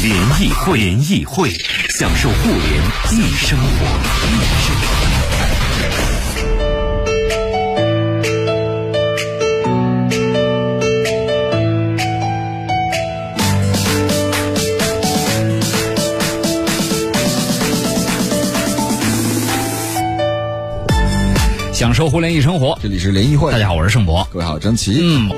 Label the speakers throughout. Speaker 1: 联谊会、联谊会，享受互联易生活。
Speaker 2: 享受互联易生活，
Speaker 3: 这里是联谊会。
Speaker 2: 大家好，我是盛博。
Speaker 3: 各位好，张琪。
Speaker 2: 嗯，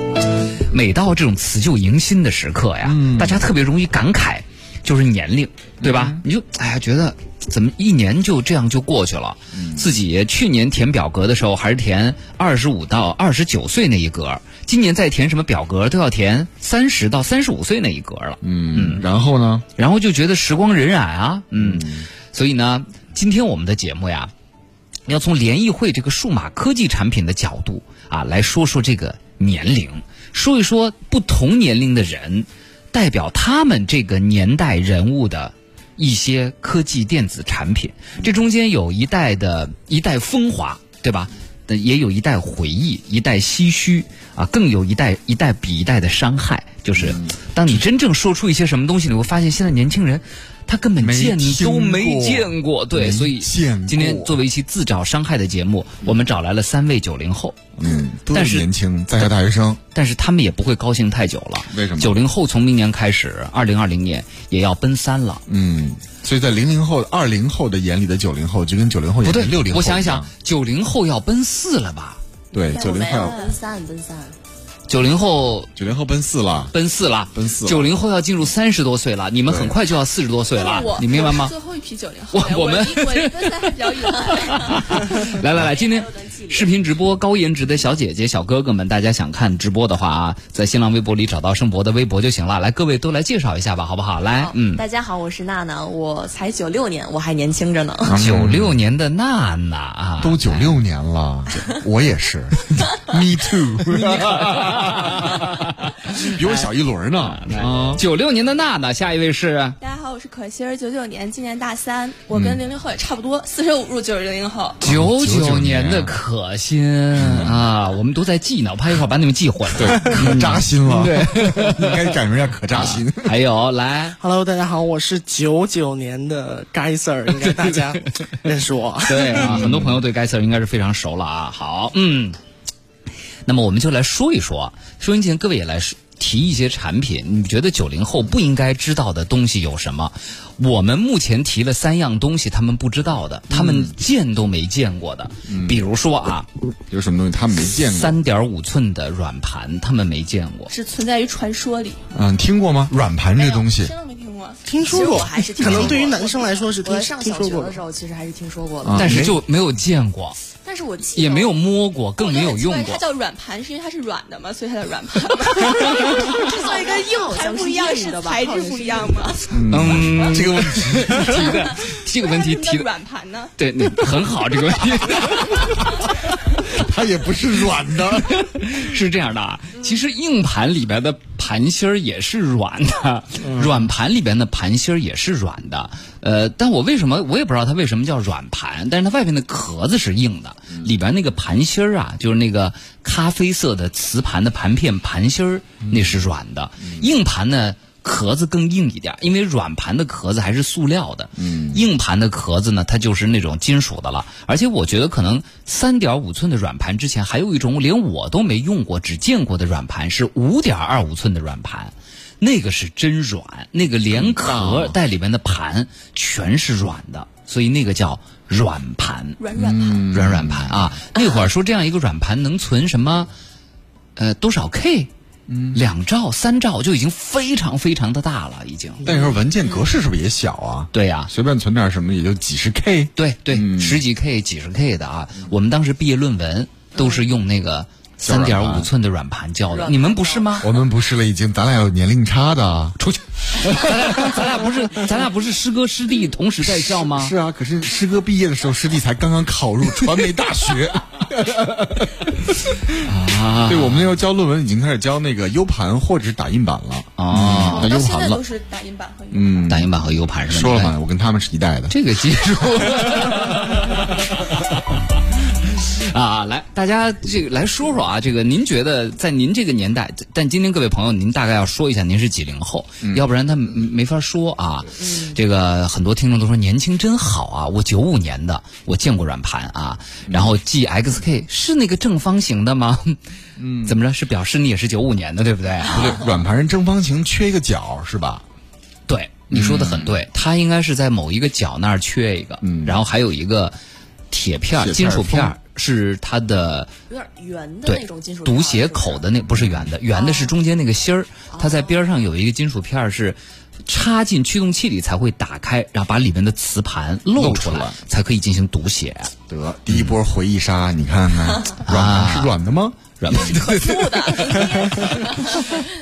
Speaker 2: 每到这种辞旧迎新的时刻呀，
Speaker 3: 嗯
Speaker 2: 大家特别容易感慨，就是年龄，对吧？你就哎呀，觉得怎么一年就这样就过去了？
Speaker 3: 嗯
Speaker 2: 自己去年填表格的时候还是填二十五到二十九岁那一格，今年再填什么表格都要填三十到三十五岁那一格了。
Speaker 3: 嗯，然后呢？
Speaker 2: 然后就觉得时光荏苒啊，嗯，所以呢，今天我们的节目呀，要从联谊会这个数码科技产品的角度啊，来说说这个年龄，说一说不同年龄的人，代表他们这个年代人物的。一些科技电子产品，这中间有一代的一代风华，对吧？但也有一代回忆，一代唏嘘啊，更有一代一代比一代的伤害。就是
Speaker 3: 嗯
Speaker 2: 当你真正说出一些什么东西，你会发现现在年轻人他根本
Speaker 3: 没
Speaker 2: 见
Speaker 3: 听
Speaker 2: 都没
Speaker 3: 过
Speaker 2: 见过，对，
Speaker 3: 没
Speaker 2: 所以
Speaker 3: 见过
Speaker 2: 今天作为一期自找伤害的节目，我们找来了三位九零后，
Speaker 3: 嗯，都
Speaker 2: 但
Speaker 3: 是
Speaker 2: 是
Speaker 3: 年轻在校大学生。
Speaker 2: 但是他们也不会高兴太久了。
Speaker 3: 为什么
Speaker 2: 九零后从明年开始，二零二零年也要奔三了。
Speaker 3: 嗯，所以在零零后、二零后的眼里的九零后，就跟九零后
Speaker 2: 不
Speaker 3: 眼里
Speaker 2: 对，
Speaker 3: 的六零后
Speaker 2: 我想一
Speaker 3: 一样
Speaker 2: 想，，九零后要奔四了吧？
Speaker 3: 对，
Speaker 4: 但
Speaker 3: 九
Speaker 4: 我
Speaker 3: 零
Speaker 4: 们要
Speaker 3: 后，
Speaker 4: 奔三奔三，
Speaker 2: 九零后
Speaker 3: 九零后奔四了。
Speaker 2: 奔四了，
Speaker 3: 奔四了
Speaker 2: 九零后要进入三十多岁了，你们很快就要四十多岁了
Speaker 5: 我，
Speaker 2: 你明白
Speaker 5: 我
Speaker 2: 吗
Speaker 5: 是？最后一批九零后，
Speaker 2: 我
Speaker 5: 哎
Speaker 2: 我们
Speaker 5: 离我离奔三还比较远。
Speaker 2: 来来来，今天视频直播高颜值的小姐姐、小哥哥们，大家想看直播的话啊，在新浪微博里找到盛博的微博就行了。来，各位都来介绍一下吧，好不好？来
Speaker 4: 好，
Speaker 2: 嗯，
Speaker 4: 大家好，我是娜娜，我才九六年，我还年轻着呢。
Speaker 2: 九六年的娜娜 啊，
Speaker 3: 都九六 年了，我也是，Me too，比我小一轮呢。
Speaker 2: 嗯
Speaker 3: 啊，
Speaker 2: 九六年的娜娜，下一位是
Speaker 5: 大家好，我是可心儿，九九年，今年大三，我
Speaker 2: 嗯
Speaker 5: 跟零零后也差不多，四舍五入就是零零后。
Speaker 2: 九九
Speaker 3: 99
Speaker 2: 年
Speaker 3: 年
Speaker 2: 的可心啊，我们都在记呢，我怕一会儿把你们记混了。嗯
Speaker 3: 可扎心了，对， 应该改名叫可扎心。
Speaker 2: 还有来，
Speaker 6: Hello，大家好，我是九九年的 Guy Sir，应该大家认识 我。
Speaker 2: 对啊，很多朋友对该词儿应该是非常熟了啊。好，嗯，那么我们就来说一说，收音机前各位也来提一些产品，你觉得九零后不应该知道的东西有什么？我们目前提了三样东西，他们不知道的，他们见都没见过的，比如说啊，
Speaker 3: 有什么东西他们没见过？
Speaker 2: 三点五寸的软盘，他们没见过。
Speaker 5: 只存在于传说里，
Speaker 3: 嗯，听过吗？软盘这东西
Speaker 5: 真的没听过。
Speaker 6: 听
Speaker 4: 其
Speaker 6: 说
Speaker 4: 实我
Speaker 6: 过，
Speaker 4: 还是听
Speaker 6: 可
Speaker 4: 说
Speaker 6: 能
Speaker 4: 过
Speaker 6: 对于男生来说是听
Speaker 4: 我上
Speaker 6: 听
Speaker 4: 小
Speaker 6: 说
Speaker 4: 学
Speaker 6: 过
Speaker 4: 的
Speaker 6: 的
Speaker 4: 时候，其实还是听说过的，
Speaker 3: 啊
Speaker 2: 但是就没有见过，
Speaker 4: 但是我记得
Speaker 2: 也没有摸过，更没有用
Speaker 5: 我觉得很奇怪
Speaker 2: 过
Speaker 5: 它。叫软盘是因为它是软的嘛，所以它叫软盘。 之所以跟硬盘不一样，是材质不一样吗？
Speaker 2: 嗯，这个问题提的， 这个问题 提
Speaker 5: 为什么叫
Speaker 2: 的，
Speaker 5: 软盘呢？
Speaker 2: 对，那很好，这个问题。
Speaker 3: 它也不是软的。
Speaker 2: 是这样的啊，其实硬盘里边的盘芯儿也是软的，软盘里边的盘芯儿也是软的。呃，但我为什么我也不知道它为什么叫软盘，但是它外边的壳子是硬的，里边那个盘芯儿啊，就是那个咖啡色的瓷盘的盘片盘芯儿，那是软的。硬盘呢？壳子更硬一点，因为软盘的壳子还是塑料的，嗯，硬盘的壳子呢，它就是那种金属的了。而且我觉得可能三点五寸的软盘之前还有一种连我都没用过、只见过的软盘是五点二五寸的软盘，那个是真软，那个连壳带里面的盘全是软的，所以那个叫软盘，
Speaker 5: 软软盘，
Speaker 2: 软软盘啊。那会儿说这样一个软盘能存什么？呃，多少 K？嗯，两兆、三兆就已经非常非常的大了，已经。
Speaker 3: 但有时候文件格式是不是也小啊？
Speaker 2: 对呀、
Speaker 3: 随便存点什么也就几十 K。嗯
Speaker 2: 对对，十几 K、几十 K 的啊，我们当时毕业论文都是用那个三点
Speaker 3: 软
Speaker 2: 五
Speaker 3: 盘
Speaker 2: 寸的软盘叫的，
Speaker 4: 软
Speaker 2: 你们不是吗？
Speaker 3: 我们不是了，已经，咱俩有年龄差的啊。
Speaker 2: 出去，咱俩咱俩不是咱俩不是师哥师弟同时在校吗？
Speaker 3: 是啊，可是师哥毕业的时候，师弟才刚刚考入传媒大学。对，我们那时候交论文已经开始交那个 U 盘或者是打印版了
Speaker 2: 啊，
Speaker 5: 我
Speaker 3: 那
Speaker 5: 到
Speaker 3: U
Speaker 5: 现在
Speaker 3: 盘
Speaker 5: 都
Speaker 3: 了。
Speaker 5: 是打印版和嗯，
Speaker 3: 嗯，
Speaker 2: 打印版和 U 盘是吧？
Speaker 3: 说了嘛，我跟他们是一代的。
Speaker 2: 这个技术。啊，来，大家这个来说说啊，这个您觉得在您这个年代，但今天各位朋友，您大概要说一下您是几零后，要不然他没没法说啊。这个很多听众都说年轻真好啊，我九五年的，我见过软盘啊，然后 GXK 是那个正方形的吗？嗯， 怎么着是表示你也是九五年的，对不对？
Speaker 3: 不对，软盘人正方形缺一个角是吧？
Speaker 2: 对，你说的很对，
Speaker 3: 嗯
Speaker 2: 它应该是在某一个角那儿缺一个，然后还有一个铁片儿、
Speaker 3: 铁片
Speaker 2: 金
Speaker 3: 儿
Speaker 2: 属片儿是它的
Speaker 4: 有点圆的
Speaker 2: 对
Speaker 4: 那种金属片儿
Speaker 2: 读写口的那不是圆的，圆的是中间那个芯儿，
Speaker 4: 哦
Speaker 2: 它在边儿上有一个金属片儿是。插进驱动器里才会打开，然后把里面的磁盘露
Speaker 3: 露
Speaker 2: 出
Speaker 3: 出
Speaker 2: 来，
Speaker 3: 来
Speaker 2: 才可以进行读写。
Speaker 3: 得，第一波回忆杀，你看看，软盘是软的吗？
Speaker 2: 软板 的。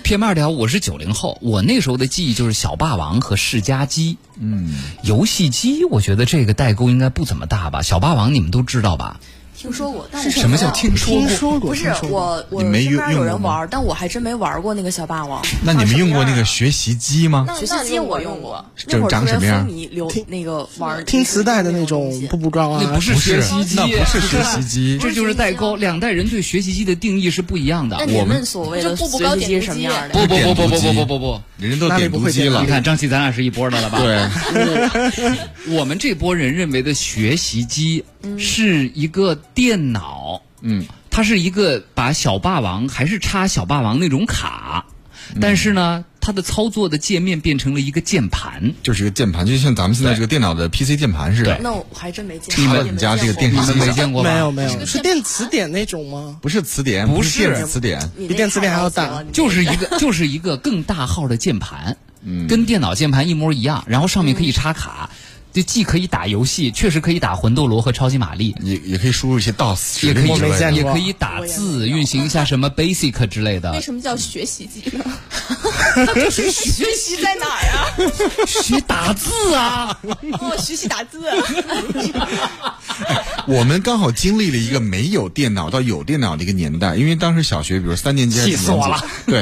Speaker 2: PM 二点我是九零后，我那时候的记忆就是小霸王和世嘉机。嗯，游戏机，我觉得这个代沟应该不怎么大吧？小霸王你们都知道吧？
Speaker 4: 听说过，但是
Speaker 3: 什么叫听说过？
Speaker 6: 听说过，
Speaker 4: 不是
Speaker 6: 听说过
Speaker 4: 我，我
Speaker 3: 你没
Speaker 4: 身
Speaker 3: 用
Speaker 4: 边
Speaker 3: 用过
Speaker 4: 有人
Speaker 3: 吗
Speaker 4: 玩儿，但我还真没玩过那个小霸王。
Speaker 3: 那你们用过那个学习机吗？
Speaker 4: 学习机我用过，那
Speaker 3: 整
Speaker 4: 会儿
Speaker 3: 长
Speaker 4: 特
Speaker 3: 什么
Speaker 4: 别
Speaker 3: 样
Speaker 4: 风靡流
Speaker 6: 听
Speaker 4: 那个玩儿
Speaker 6: 听磁带的那种
Speaker 4: 东西
Speaker 6: 步步高啊，
Speaker 2: 那不是
Speaker 3: 不
Speaker 2: 学
Speaker 3: 是
Speaker 2: 习，机啊
Speaker 3: 那不是学习机，
Speaker 2: 这就是代沟。两代人对学习机的定义是不一样的
Speaker 4: 那。你们所谓的
Speaker 5: 就步步高
Speaker 4: 学习机
Speaker 5: 点
Speaker 4: 是
Speaker 5: 读
Speaker 4: 什么
Speaker 5: 机
Speaker 4: 样的？
Speaker 2: 不不不不不
Speaker 3: 点读机
Speaker 2: 不不不不。
Speaker 3: 人家都
Speaker 6: 那里
Speaker 3: 点
Speaker 6: 不
Speaker 3: 读
Speaker 6: 会
Speaker 3: 机
Speaker 6: 点
Speaker 3: 了
Speaker 2: 你。看张琪，咱俩是一波的了吧？
Speaker 3: 对，
Speaker 2: 我们这波人认为的学习机是一个电脑，
Speaker 3: 嗯，
Speaker 2: 它是一个把小霸王还是插小霸王那种卡，但是呢，它的操作的界面变成了一个键盘。
Speaker 3: 就是一个键盘，就像咱们现在这个电脑的 PC 键盘似的
Speaker 2: 对。
Speaker 4: 那我还真没见
Speaker 3: 插
Speaker 4: 过。
Speaker 3: 到你们家这个
Speaker 4: 见
Speaker 3: 电
Speaker 4: 过
Speaker 3: 视
Speaker 2: 你们没
Speaker 3: 机
Speaker 4: 吗
Speaker 3: 上，
Speaker 2: 见过吧？
Speaker 6: 没有没有，是电磁点那种 吗？
Speaker 3: 不是词典，
Speaker 2: 不
Speaker 3: 是电
Speaker 2: 是
Speaker 3: 子词典，
Speaker 4: 你
Speaker 6: 比
Speaker 4: 那
Speaker 6: 电磁
Speaker 4: 太
Speaker 6: 片还
Speaker 4: 高
Speaker 6: 要
Speaker 4: 级
Speaker 6: 大
Speaker 4: 了你
Speaker 2: 就是一个 就是一个更大号的键盘，跟电脑键盘一模一样，然后上面可以插卡，就既可以打游戏，确实可以打魂斗罗和超级玛丽，
Speaker 3: 也也可以输入一些 DOS
Speaker 2: 也可
Speaker 3: 指令
Speaker 2: 以
Speaker 3: 之
Speaker 6: 我没
Speaker 3: 类
Speaker 6: 见
Speaker 3: 的。
Speaker 2: 也
Speaker 6: 过
Speaker 2: 可以打字，运行一下什么 Basic 之类的
Speaker 5: 为。什么叫学习 机呢？
Speaker 4: 学习在哪儿啊？
Speaker 2: 学打字啊！
Speaker 5: 哦，学习打 字。
Speaker 3: 我们刚好经历了一个没有电脑到有电脑的一个年代，因为当时小学，比如三年级，
Speaker 2: 气死我了。
Speaker 3: 对，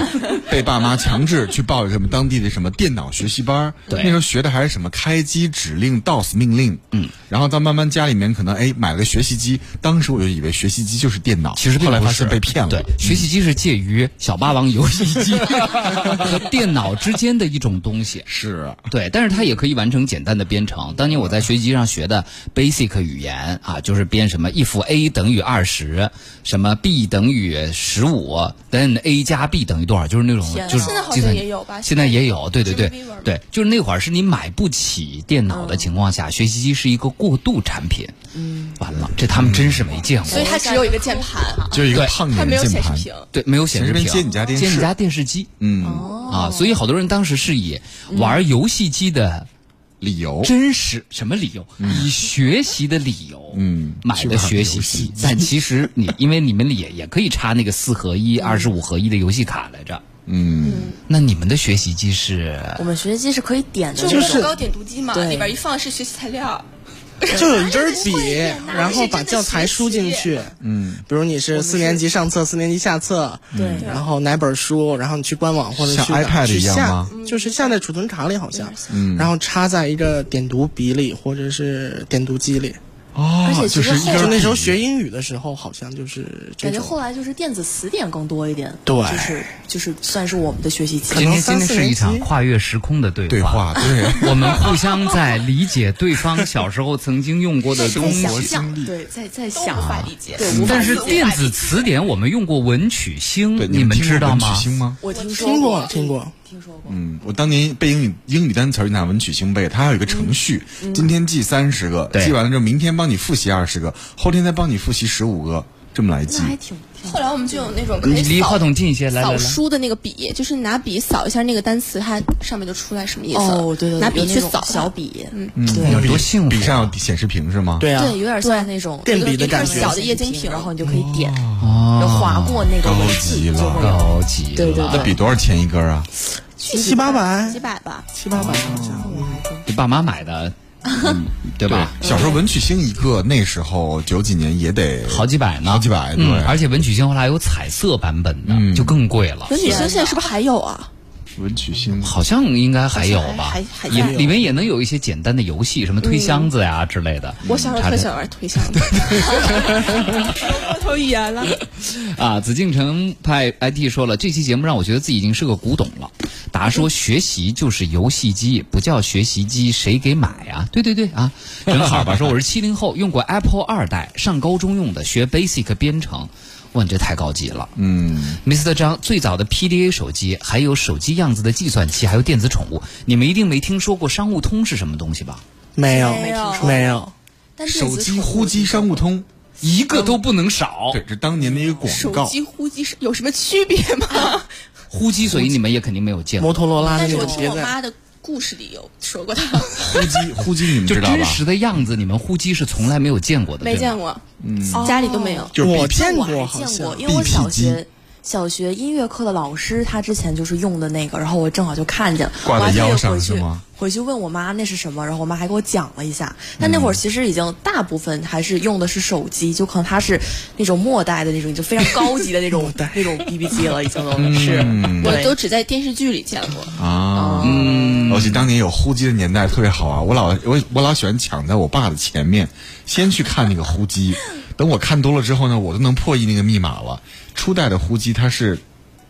Speaker 3: 被爸妈强制去报什么当地的什么电脑学习班儿
Speaker 2: 对
Speaker 3: 那时候学的还是什么开机指令、DOS 命令，嗯，然后到慢慢家里面可能哎买了个学习机，当时我就以为学习机就是电脑，
Speaker 2: 其实并
Speaker 3: 后来
Speaker 2: 不
Speaker 3: 发
Speaker 2: 是
Speaker 3: 现被骗了。
Speaker 2: 对，学习机是介于小霸王游戏机 和电脑之间的一种东西。
Speaker 3: 是啊
Speaker 2: 对，但是它也可以完成简单的编程。当年我在学习机上学的 Basic 语言啊，就是编什么 if a 等于二十，什么 b 等于十五，then a 加 b 等于多少，就是那种
Speaker 4: 天啊
Speaker 2: 就是
Speaker 5: 现在好
Speaker 2: 计
Speaker 5: 像
Speaker 2: 算
Speaker 5: 也有吧
Speaker 2: 现在也有，对对对
Speaker 5: Jimmy Weaver
Speaker 2: 对，就是那会儿是你买不起电脑
Speaker 5: 嗯
Speaker 2: 的情况下，学习机是一个过渡产品。嗯，完了，这他们真是没见过。
Speaker 5: 所以它只有一个键盘，
Speaker 3: 就是一个
Speaker 2: 对
Speaker 3: 胖
Speaker 5: 它
Speaker 3: 人
Speaker 5: 没
Speaker 3: 嗯
Speaker 5: 有
Speaker 3: 键
Speaker 5: 显示
Speaker 3: 盘，
Speaker 5: 屏。
Speaker 2: 对，没有显示屏，
Speaker 3: 其实这边接你家电视
Speaker 2: 接你家电视机、
Speaker 3: 嗯，
Speaker 2: 啊，所以好多人当时是以玩游戏机的
Speaker 3: 理由
Speaker 2: 真实什么理由，以学习的理由，
Speaker 3: 嗯
Speaker 2: 买的学习机
Speaker 3: 去玩游戏，
Speaker 2: 但其实你因为你们也也可以插那个四合一、二十五合一的游戏卡来着，
Speaker 3: 嗯，
Speaker 2: 那你们的学习机是
Speaker 4: 我们学习机是可以点的，
Speaker 5: 就
Speaker 6: 就是是
Speaker 5: 高点读机嘛，
Speaker 4: 对
Speaker 5: 里边一放是学习材料，
Speaker 6: 就有一根笔，然后把教材输进去。嗯，比如你是四年级上册，四年级下册，
Speaker 4: 对
Speaker 6: 然后哪本书，然后你去官网或者
Speaker 3: 像
Speaker 6: 去哪
Speaker 3: iPad
Speaker 6: 去
Speaker 3: 一样
Speaker 6: 下
Speaker 3: 吗？
Speaker 4: 嗯
Speaker 6: 就是下在储存卡里好像，然后插在一个点读笔里或者是点读机里。
Speaker 3: 哦
Speaker 4: 而且，其
Speaker 3: 就
Speaker 4: 实
Speaker 3: 是一
Speaker 4: 后
Speaker 3: 根
Speaker 6: 就
Speaker 3: 儿
Speaker 6: 那时候
Speaker 3: 笔
Speaker 6: 学英语的时候，好像就是这
Speaker 4: 感觉
Speaker 6: 种。
Speaker 4: 后来就是电子词典更多一点，
Speaker 6: 对
Speaker 4: 就是就是算是我们的学习机。
Speaker 6: 可
Speaker 2: 今
Speaker 6: 能
Speaker 2: 天今
Speaker 6: 三
Speaker 2: 天
Speaker 6: 四
Speaker 2: 是一
Speaker 6: 年
Speaker 2: 场
Speaker 6: 级
Speaker 2: 跨越时空的对
Speaker 3: 对 话， 对。
Speaker 2: 我们互相在理解对方小时候曾经用过的
Speaker 4: 在
Speaker 2: 东西
Speaker 4: 想。象，对，在在
Speaker 5: 都无
Speaker 4: 想啊
Speaker 5: 法理解。
Speaker 4: 对，无法
Speaker 2: 但是
Speaker 4: 理解
Speaker 2: 电子词典我们用过文曲星
Speaker 3: 对，，
Speaker 2: 们
Speaker 3: 听过
Speaker 2: 知道
Speaker 3: 文
Speaker 2: 吗
Speaker 3: 曲？星吗？
Speaker 4: 我听说
Speaker 6: 听过，
Speaker 4: 听
Speaker 6: 听过，
Speaker 4: 听说过。
Speaker 3: 嗯，我当年背英语英语单词儿就拿文曲星背，它还有一个程序，
Speaker 4: 嗯
Speaker 3: 今天记三十个，
Speaker 2: 对
Speaker 3: 记完了之后，明天帮你复习二十个，后天再帮你复习十五个，这么来记
Speaker 4: 那。还挺挺
Speaker 5: 后来我们就有那种可
Speaker 2: 你
Speaker 5: 以
Speaker 2: 离话
Speaker 5: 扫
Speaker 2: 筒近一些，来来
Speaker 5: 扫
Speaker 2: 来。
Speaker 5: 书的那个笔，就是拿笔扫一下那个单词，它上面就出来什么意思了。
Speaker 4: 哦，对对，对
Speaker 5: 拿笔
Speaker 4: 有那
Speaker 5: 去
Speaker 4: 种
Speaker 5: 扫它
Speaker 4: 小。笔，嗯，
Speaker 2: 有
Speaker 4: 对
Speaker 2: 多幸福啊
Speaker 3: 笔上有显示屏是吗？
Speaker 6: 对啊，
Speaker 4: 对，有点像那种
Speaker 6: 电笔的
Speaker 4: 一个
Speaker 6: 感觉哦
Speaker 4: 小的液晶屏，然后你就可以点。
Speaker 2: 啊
Speaker 4: 就划过那个文字
Speaker 3: 高级了
Speaker 4: 就会有
Speaker 2: 高级了
Speaker 4: 对对
Speaker 3: 那
Speaker 4: 对
Speaker 3: 比多少钱一根啊？
Speaker 6: 七七八百
Speaker 5: 几，百吧，
Speaker 6: 七八百好像。
Speaker 2: 你爸妈买的，嗯对吧？
Speaker 3: 小时候文曲星一个，那时候九几年也得
Speaker 2: 好几百呢，
Speaker 3: 好几百，对嗯
Speaker 2: 嗯，而且文曲星后来有彩色版本的，就更贵了。
Speaker 5: 文曲星现在是不是还有啊？
Speaker 3: 文曲星
Speaker 2: 好像应该还有吧
Speaker 5: 还还，
Speaker 2: 也
Speaker 5: 还有嗯
Speaker 2: 里面也能有一些简单的游戏，什么推箱子呀之类的。
Speaker 5: 我小时候
Speaker 2: 查
Speaker 5: 特
Speaker 2: 查
Speaker 5: 喜欢玩推箱子，我头语言了。
Speaker 2: 啊，紫禁城派 IT 说了，这期节目让我觉得自己已经是个古董了。答说学习就是游戏机，不叫学习机，谁给买啊？对对对 啊，正好吧。说我是七零后，用过 Apple 二代，上高中用的，学 Basic 编程。哇，你这太高级了。
Speaker 3: 嗯，
Speaker 2: Mr. 张最早的 PDA 手机，还有手机样子的计算器，还有电子宠物，你们一定没听说过商务通是什么东西吧？
Speaker 6: 没有
Speaker 4: 没听说，过
Speaker 6: 没有，
Speaker 4: 但电
Speaker 3: 手
Speaker 4: 子
Speaker 3: 机
Speaker 4: 宠物
Speaker 3: 呼机商务通，
Speaker 2: 一个都不能少。
Speaker 3: 对，这当年的一个广
Speaker 5: 手
Speaker 3: 告
Speaker 5: 机、。呼机是有什么区别吗？
Speaker 2: 呼机，所以你们也肯定没有见
Speaker 6: 摩
Speaker 2: 过。
Speaker 6: 托罗拉
Speaker 5: 但
Speaker 6: 的
Speaker 5: 是
Speaker 6: 那
Speaker 5: 我
Speaker 6: 个
Speaker 5: 听
Speaker 6: 贴
Speaker 5: 我
Speaker 6: 在，
Speaker 5: 妈的故事里有说 过它，
Speaker 3: 呼机，呼机你们
Speaker 2: 就
Speaker 3: 知道吧
Speaker 2: 真？实的样子，你们呼机是从来没有见过的，
Speaker 5: 没
Speaker 2: 对吗
Speaker 5: 见过，
Speaker 3: 嗯
Speaker 5: 家里都没有。
Speaker 3: 就是
Speaker 6: 我
Speaker 3: BP
Speaker 6: 见
Speaker 4: 我
Speaker 6: 哦过，
Speaker 4: 还
Speaker 6: 好
Speaker 4: 见过，
Speaker 6: 像
Speaker 4: 因为我
Speaker 3: BP
Speaker 4: 小
Speaker 3: 机
Speaker 4: 学小学音乐课的老师他之前就是用的那个，然后我正好就看见了，
Speaker 3: 挂
Speaker 4: 我
Speaker 3: 在
Speaker 4: 还特
Speaker 3: 腰
Speaker 4: 意
Speaker 3: 上
Speaker 4: 回
Speaker 3: 是
Speaker 4: 去
Speaker 3: 吗
Speaker 4: 回去问我妈那是什么，然后我妈还给我讲了一下。但那会儿
Speaker 3: 嗯
Speaker 4: 其实已经大部分还是用的是手机，就可能它是那种末代的那种，就非常高级的那种那种 BB 机了，已经都
Speaker 3: 嗯
Speaker 4: 是。
Speaker 5: 我
Speaker 4: 对
Speaker 5: 都只在电视剧里见过，
Speaker 3: 啊，嗯，而且当年有呼机的年代特别好啊，我老我我老喜欢抢在我爸的前面，先去看那个 呼机，等我看多了之后呢，我都能破译那个密码了。初代的呼机它是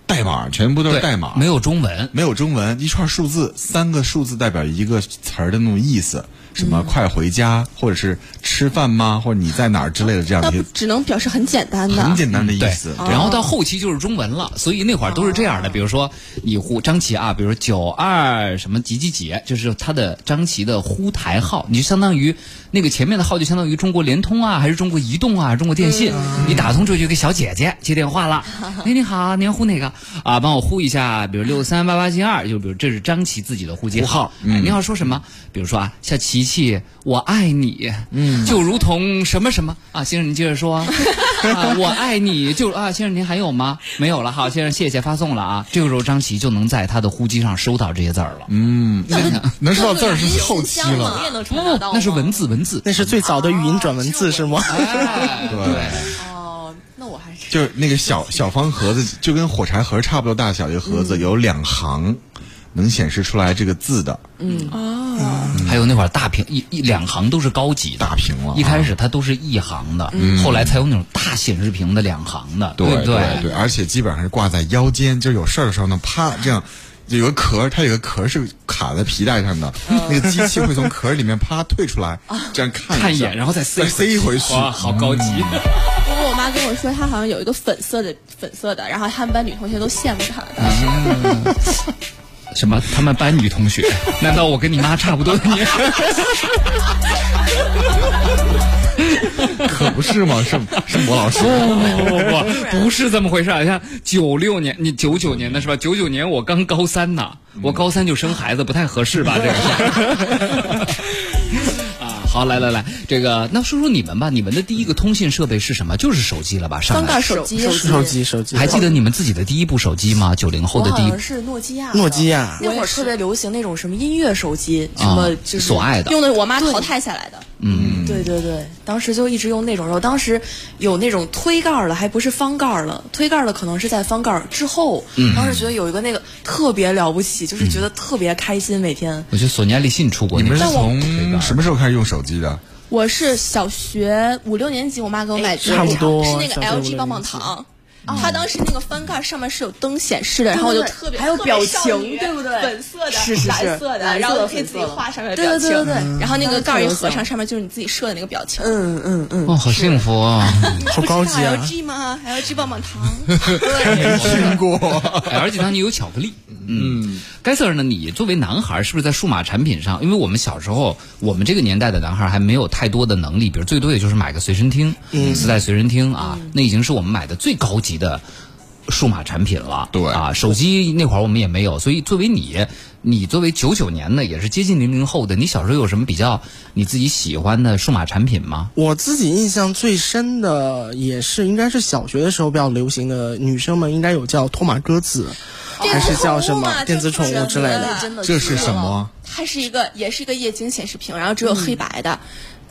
Speaker 3: 代码，全部都是
Speaker 2: 对，
Speaker 3: 代码，
Speaker 2: 没有中文。
Speaker 3: 没有中文，一串数字，三个数字代表一个词儿的那种意思，什
Speaker 2: 嗯
Speaker 3: 么快回家，或者是吃饭吗，或者你在哪儿之类的这样
Speaker 5: 那
Speaker 3: 的一
Speaker 5: 不
Speaker 3: 些
Speaker 5: 只能表示很简单的。
Speaker 3: 很简单的意
Speaker 2: 对
Speaker 3: 思，。
Speaker 2: 然后到后期就是中文了，所以那会儿都是这样的。比如说你呼张琪啊，比如九二什么几几几，就是他的张琪的呼台号，你就相当于那个前面的号就相当于中国联通啊，还是中国移动啊，还是中国电信，你打通之后就有个小姐姐接电话了，哎你好，您要呼哪个啊？帮我呼一下，比如六三八八七二，就比如这是张琪自己的呼机号，哎你要说什么？比如说啊，小琪琪，我爱你，嗯，就如同什么什么啊，先生您接着说啊。啊，我爱你，就啊，先生您还有吗？没有了，好，先生谢谢，发送了啊。这个时候张琪就能在他的呼机上收到这些字儿了。嗯，
Speaker 3: 能收到字儿是后期
Speaker 4: 香
Speaker 3: 了，
Speaker 4: 嘛，你也能
Speaker 2: 不
Speaker 4: 传
Speaker 6: 哦
Speaker 4: 达到
Speaker 2: 哦那是
Speaker 4: 吗
Speaker 2: 文字，文字。
Speaker 6: 那是最早的语音转文字是吗？
Speaker 2: 哎，
Speaker 3: 对，
Speaker 4: 哦，那我还是
Speaker 3: 就是那个小小方盒子，就跟火柴盒差不多大小一个盒子，有两行能显示出来这个字的
Speaker 2: 还有那会儿大屏一一两行都是高级的，
Speaker 3: 大屏了啊。
Speaker 2: 一开始它都是一行的，后来才有那种大显示屏的两行的，
Speaker 3: 对
Speaker 2: 不对？
Speaker 3: 对而且基本上是挂在腰间，就有事儿的时候呢，啪这样。就有个壳儿，它有个壳儿是卡在皮带上的，那个机器会从壳儿里面啪退出来，这样看
Speaker 2: 看一
Speaker 3: 下
Speaker 2: 眼，嗯然后再塞
Speaker 3: 再塞回去。
Speaker 2: 哇，好高级。
Speaker 5: 不过我妈跟我说，她好像有一个粉色的粉色的，然后他们班女同学都羡慕她。
Speaker 2: 什么？他们班女同 学？难道我跟你妈差不多的 年龄？
Speaker 3: 可不是嘛，是是魔老师。
Speaker 2: 不不 不，不是这么回事儿。像九六年，你九九年的是吧？九九年我刚高三呢，我高三就生孩子，不太合适吧？这个 是。啊，好，来来来，这个那说说你们吧，你们的第一个通信设备是什么？就是手机了吧？上
Speaker 5: 翻盖
Speaker 2: 来
Speaker 5: 手机，
Speaker 6: 手机手机，
Speaker 2: 还记得你们自己的第一部手机吗？九零后
Speaker 4: 我
Speaker 2: 的
Speaker 4: 好
Speaker 2: 第一
Speaker 4: 像是诺基亚的，
Speaker 6: 诺基亚
Speaker 4: 那会
Speaker 5: 我也
Speaker 4: 儿
Speaker 5: 是
Speaker 4: 特别流行那种什么音乐手机，什
Speaker 2: 啊
Speaker 4: 么就是，
Speaker 2: 所爱的
Speaker 5: 用的我妈淘汰下来的。
Speaker 4: 对对对，当时就一直用那种，然后当时有那种推盖儿的，还不是翻盖儿了，推盖儿的可能是在翻盖儿之后。当时觉得有一个那个特别了不起，就是觉得特别开心，每天。
Speaker 2: 我觉得索尼爱立信出过
Speaker 3: 你
Speaker 2: 那
Speaker 3: 们
Speaker 2: 个
Speaker 3: 是
Speaker 2: 手机，
Speaker 3: 从什么时候开始用手机的？
Speaker 5: 我是小学五六年级，我妈给我
Speaker 4: 哎
Speaker 5: 买的，
Speaker 6: 差不多
Speaker 5: 是那个
Speaker 6: 小学五六年级
Speaker 5: LG 棒棒糖。它当时那个翻盖上面是有灯显示的，然后我就
Speaker 4: 嗯对
Speaker 5: 特
Speaker 4: 对对
Speaker 5: 别
Speaker 4: 还有
Speaker 5: 特别
Speaker 4: 表
Speaker 5: 少
Speaker 4: 情
Speaker 5: 女
Speaker 4: 对不对
Speaker 5: 粉色的、
Speaker 4: 是是是
Speaker 5: 蓝色的，
Speaker 4: 蓝色的
Speaker 5: 然后你可以
Speaker 4: 粉
Speaker 5: 自
Speaker 4: 色
Speaker 5: 己
Speaker 4: 的
Speaker 5: 画上面的
Speaker 4: 对
Speaker 5: 表
Speaker 4: 对
Speaker 5: 情，
Speaker 4: 对对对嗯
Speaker 5: 然后那个盖儿一合
Speaker 4: 当时
Speaker 5: 上，上面就是你自己设的那个表情。
Speaker 4: 嗯嗯嗯，
Speaker 2: 哦，好幸福啊！
Speaker 6: 好高级啊！
Speaker 5: LG 吗？LG 棒棒糖，
Speaker 3: 没听过。
Speaker 2: 哎而且当年有巧克力。嗯，该 Sir 呢？你作为男孩，是不是在数码产品上？因为我们小时候，我们这个年代的男孩还没有太多的能力，比如最多也就是买个随身听，磁带随身听啊，那已经是我们买的最高级的数码产品了，
Speaker 3: 对
Speaker 2: 啊，手机那会儿我们也没有，所以作为你，你作为九九年的，也是接近零零后的，你小时候有什么比较你自己喜欢的数码产品吗？
Speaker 6: 我自己印象最深的也是，应该是小学的时候比较流行的，女生们应该有叫托马鸽子，还是叫什么电子宠物之类的。
Speaker 4: 真的
Speaker 3: 这是什么？
Speaker 5: 它是一个，也是一个液晶显示屏，然后只有
Speaker 4: 嗯
Speaker 5: 黑白的，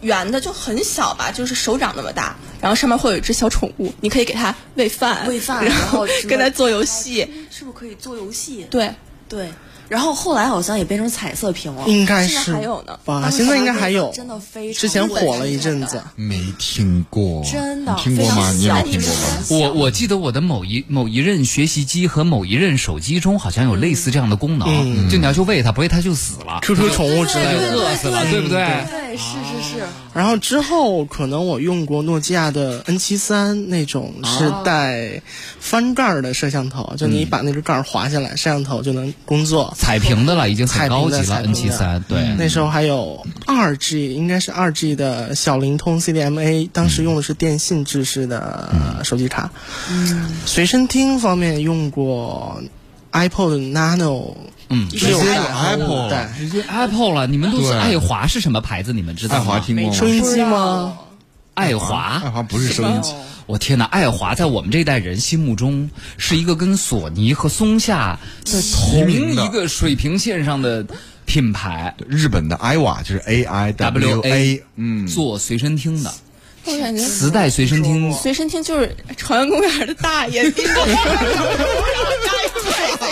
Speaker 5: 圆的就很小吧，就是手掌那么大，然后上面会有一只小宠物，你可以给它喂饭，
Speaker 4: 喂饭
Speaker 5: 然
Speaker 4: 然后什么
Speaker 5: 跟它做游戏，
Speaker 4: 是不是可以做游戏？
Speaker 5: 对，
Speaker 4: 对。然后后来好像也变成彩色屏了。
Speaker 6: 应该
Speaker 5: 现
Speaker 6: 是
Speaker 5: 在还有呢
Speaker 6: 吧？现在应该还有，
Speaker 4: 真的非常
Speaker 6: 之前火了一阵子。
Speaker 3: 没听过，
Speaker 4: 真的
Speaker 3: 你听过吗？你
Speaker 4: 非
Speaker 3: 有
Speaker 4: 常小
Speaker 3: 听过吗？
Speaker 2: 我我记得我的某一某一任学习机和某一任手机中好像有类似这样的功能，
Speaker 3: 嗯
Speaker 2: 就你要去喂它，不喂它就死了，
Speaker 6: QQ 宠物之类
Speaker 2: 它就
Speaker 6: 的。
Speaker 2: 饿死了，对不对？
Speaker 4: 对，是是是，
Speaker 6: 然后之后可能我用过诺基亚的 N 7 3那种是带翻盖儿的摄像头，就你把那个盖儿划下来，摄像头就能工作。
Speaker 2: 彩屏的了，已经很高级了
Speaker 6: 彩
Speaker 2: ，N
Speaker 6: 屏的彩屏
Speaker 2: 七
Speaker 6: 的
Speaker 3: 嗯
Speaker 2: 三，对，
Speaker 6: 那时候还有二 G，应该是二 G 的小灵通 CDMA，当时用的是电信制式的呃手机卡。嗯，随身听方面用过 iPod Nano，
Speaker 2: 嗯
Speaker 3: 直
Speaker 6: 六
Speaker 3: 接
Speaker 6: 然
Speaker 3: 有
Speaker 6: 后
Speaker 3: Apple
Speaker 6: 对，
Speaker 2: 直接 Apple 了，你们都是
Speaker 3: 对
Speaker 2: 爱华是什么牌子？你们知道
Speaker 3: 爱
Speaker 2: 吗？
Speaker 3: 华听过
Speaker 6: 收
Speaker 3: 吗？
Speaker 6: 音机吗？
Speaker 2: 爱华，
Speaker 3: 爱华不是收音机，
Speaker 2: 我天哪！爱华在我们这代人心目中是一个跟索尼和松下在同
Speaker 3: 名的
Speaker 2: 一个水平线上的品牌。
Speaker 3: 日本的 IWA 就是 A I W
Speaker 2: W
Speaker 3: A，
Speaker 2: A，
Speaker 3: 嗯，哎
Speaker 2: 做随身听的
Speaker 5: 我感觉
Speaker 2: 磁带随身听，
Speaker 5: 随身听就是朝阳公园的大爷，盯着我随身听